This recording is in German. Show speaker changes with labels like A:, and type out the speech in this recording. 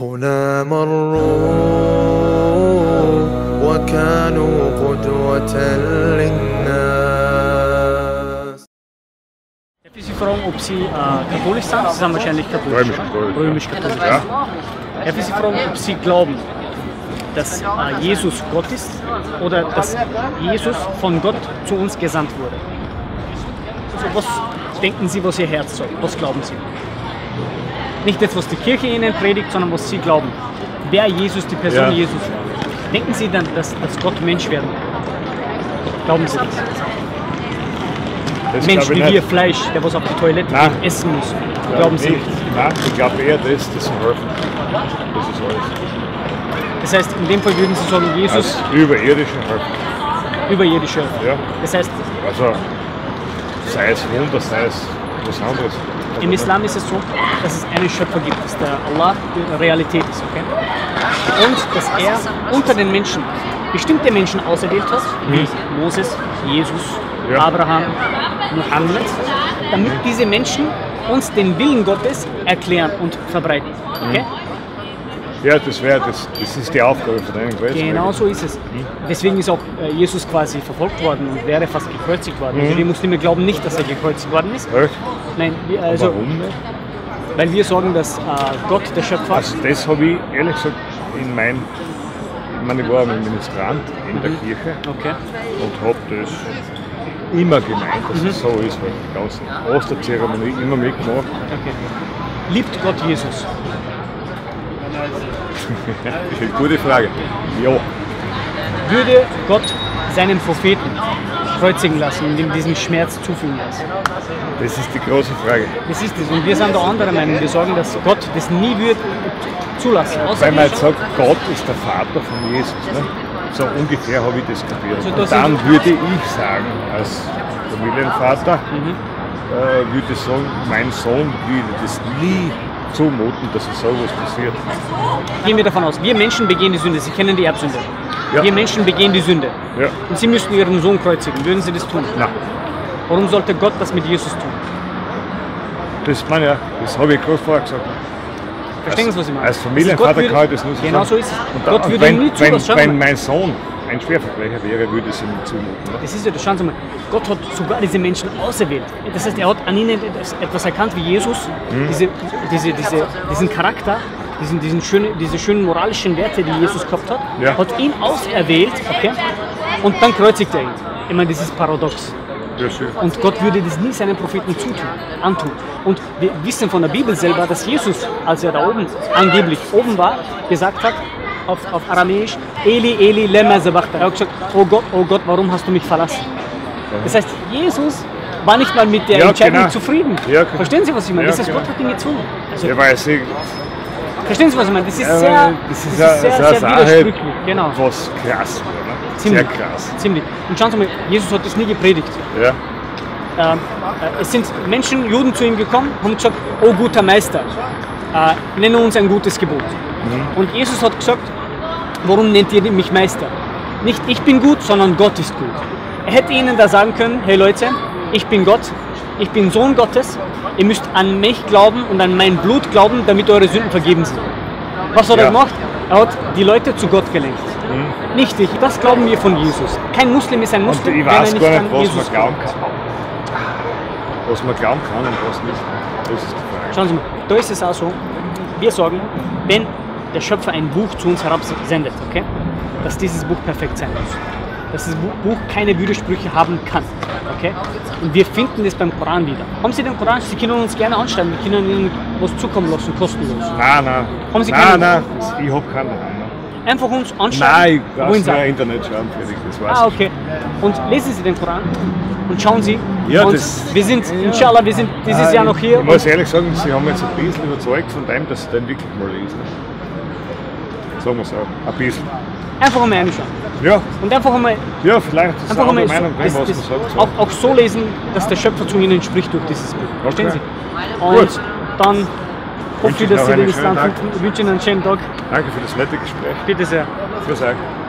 A: هنا مروا وكانوا قدوة للناس
B: Darf ich Sie fragen, ob Sie äh, katholisch sind? Sie sind wahrscheinlich katholisch.
C: Römisch-katholisch,
B: Römisch-katholisch.
C: ja.
B: Darf ich Sie fragen, ob Sie glauben, dass äh, Jesus Gott ist oder dass Jesus von Gott zu uns gesandt wurde? Also was denken Sie, was Ihr Herz sagt? Was glauben Sie? Nicht das, was die Kirche Ihnen predigt, sondern was Sie glauben. Wer Jesus, die Person
C: Ja.
B: Jesus. Denken Sie dann, dass, dass Gott Mensch werden kann? Glauben Sie das?
C: Das
B: Mensch
C: glaub ich
B: wie wir
C: nicht.
B: Fleisch, der was auf die Toilette
C: Nein.
B: geht, essen muss.
C: Glaub
B: Glauben Sie
C: nicht.
B: nicht.
C: Nein, ich glaube eher das, das sind Helfen. Das ist alles.
B: Das heißt, in dem Fall würden Sie sagen, Jesus
C: Also überirdische Helfen.
B: über jede Schöpfung.
C: Ja.
B: Das heißt,
C: Also sei es Wunder, sei es was anderes. Also
B: im Islam ist es so, dass es einen Schöpfer gibt, dass der Allah die Realität ist. Okay? Und dass er unter den Menschen bestimmte Menschen auserwählt hat, wie Moses, Jesus,
C: Ja.
B: Abraham, Mohammed, damit diese Menschen uns den Willen Gottes erklären und verbreiten. Okay?
C: Ja, das wäre das. Das ist die Aufgabe von einem Kreuz.
B: Genau so ist es. Deswegen ist auch äh, Jesus quasi verfolgt worden und wäre fast gekreuzigt worden. Also die Muslime glauben nicht, dass er gekreuzigt worden ist.
C: Echt?
B: Nein, wir- also,
C: Warum nicht?
B: weil wir sagen, dass äh, Gott der Schöpfer
C: Also das habe ich ehrlich gesagt in meinem. Ich meine, ich war ein Ministrant in
B: Mhm.
C: der Kirche
B: Okay.
C: und habe das immer gemeint, dass es
B: Mhm.
C: so ist, weil die ganze Osterzeremonie immer mitgemacht.
B: okay. Liebt Gott Jesus?
C: Das ist eine gute Frage. Ja.
B: Würde Gott seinen Propheten kreuzigen lassen und ihm diesen Schmerz zufügen lassen?
C: Das ist die große Frage.
B: Das ist es. Und wir sind der anderen Meinung. Wir sagen, dass Gott das nie wird zulassen.
C: Wenn man jetzt sagt, Gott ist der Vater von Jesus, ne? so ungefähr habe ich das kapiert.
B: Also das
C: Und dann würde ich sagen, als Familienvater,
B: Mhm.
C: äh, würde ich sagen, mein Sohn würde das nie zumuten, dass es sowas passiert.
B: Gehen wir davon aus, wir Menschen begehen die Sünde. Sie kennen die Erbsünde.
C: Ja.
B: Wir Menschen begehen die Sünde.
C: Ja.
B: Und Sie müssten Ihren Sohn kreuzigen. Würden Sie das tun?
C: Nein,
B: Warum sollte Gott das mit Jesus tun?
C: das, meine, ich, das habe ich gerade vorher gesagt.
B: Verstehen Sie, was ich meine?
C: Als Familienvater
B: Also Gott
C: kann ich das nicht so
B: Genau
C: sagen.
B: so ist es.
C: Und
B: Gott
C: da,
B: würde ihm nie
C: wenn,
B: zulassen.
C: wenn,
B: Schauen Sie
C: wenn
B: mal.
C: mein Sohn ein Schwerverbrecher wäre, würde ich es ihm zumuten. Ne?
B: Das ist ja, das. schauen Sie mal, Gott hat sogar diese Menschen auserwählt. Das heißt, er hat an ihnen etwas- etwas erkannt, wie Jesus, diese, diese, diese, diesen Charakter, diesen, diesen schönen, diese schönen moralischen Werte, die Jesus gehabt hat,
C: Ja.
B: hat ihn auserwählt, okay? Und dann kreuzigt er ihn. Ich meine, das ist paradox.
C: Ja, schön.
B: Und Gott würde das nie seinen Propheten zutun, antun. Und wir wissen von der Bibel selber, dass Jesus, als er da oben, angeblich oben war, gesagt hat, auf, auf Aramäisch, Eli, Eli, lema sabachthani. Er hat gesagt, oh Gott, oh Gott, warum hast du mich verlassen? Das heißt, Jesus war nicht mal mit der
C: Ja,
B: Entscheidung
C: genau.
B: zufrieden.
C: Ja, genau.
B: Verstehen Sie, was ich meine?
C: Ja,
B: das heißt,
C: genau.
B: Gott hat ihn gezwungen. Also,
C: Ja, weil es eh-
B: Verstehen Sie, was ich meine? Das ist
C: Ja,
B: sehr,
C: das
B: das
C: ist eine-
B: ist sehr,
C: so
B: sehr,
C: eine Sache,
B: widersprüchlich. Genau.
C: was krass war. Ne? Sehr
B: Ziemlich.
C: krass.
B: Ziemlich. Und schauen Sie mal, Jesus hat das nie gepredigt.
C: Ja.
B: Ähm, äh, es sind Menschen, Juden zu ihm gekommen, haben gesagt, oh guter Meister, äh, nenne uns ein gutes Gebot.
C: Mhm.
B: Und Jesus hat gesagt, warum nennt ihr mich Meister? Nicht ich bin gut, sondern Gott ist gut. Er hätte ihnen da sagen können, hey Leute, ich bin Gott, ich bin Sohn Gottes, ihr müsst an mich glauben und an mein Blut glauben, damit eure Sünden vergeben sind. Was hat er
C: Ja. Mhm.
B: gemacht? Er hat die Leute zu Gott gelenkt. Nicht ich. Das glauben wir von Jesus. Kein Muslim ist ein
C: Und
B: Muslim,
C: ich
B: wenn er
C: weiß
B: nicht
C: gar
B: an
C: nicht, was
B: Jesus
C: man glauben kann. Was man glauben kann und was nicht. Das ist die Frage.
B: Schauen Sie mal, da ist es auch so, wir sagen, wenn der Schöpfer ein Buch zu uns herabsendet, okay, dass dieses Buch perfekt sein muss. Dass dieses Bu- Buch keine Widersprüche haben kann. Okay? Und wir finden das beim Koran wieder. Haben Sie den Koran? Sie können uns gerne anschreiben, wir können Ihnen was zukommen lassen, kostenlos.
C: Nein, nein.
B: Haben Sie
C: nein,
B: keine-
C: nein, ich habe keine Ahnung.
B: Einfach uns
C: Nein,
B: anschreiben.
C: ich
B: wohin
C: weiß
B: Sie-
C: nur Internet schauen, fertig, das weiß
B: Ah, okay. Und lesen Sie den Koran und schauen Sie.
C: Ja,
B: und
C: das-
B: wir sind, inshallah, wir sind
C: ich.
B: dieses Jahr noch hier.
C: Ich muss ehrlich sagen, Sie haben mich jetzt ein bisschen überzeugt von dem, dass Sie den wirklich mal lesen. Sagen wir so, ein bisschen.
B: Einfach einmal anschauen.
C: Ja,
B: Und einfach einmal
C: ja vielleicht ist es
B: Einfach
C: eine
B: einmal
C: andere
B: so,
C: Meinung, drin,
B: das,
C: was man
B: das,
C: sagt. so.
B: auch, auch so lesen, dass der Schöpfer zu ihnen spricht durch dieses Buch. Verstehen
C: Okay.
B: Sie? Und
C: Gut.
B: dann hoffe
C: Wünsche
B: ich,
C: Ihnen
B: dass
C: auch
B: Sie den
C: einen schönen
B: Islam
C: Tag.
B: finden. Ich wünsche Ihnen einen schönen Tag.
C: Danke für das nette Gespräch.
B: Bitte sehr.
C: Tschüss. euch.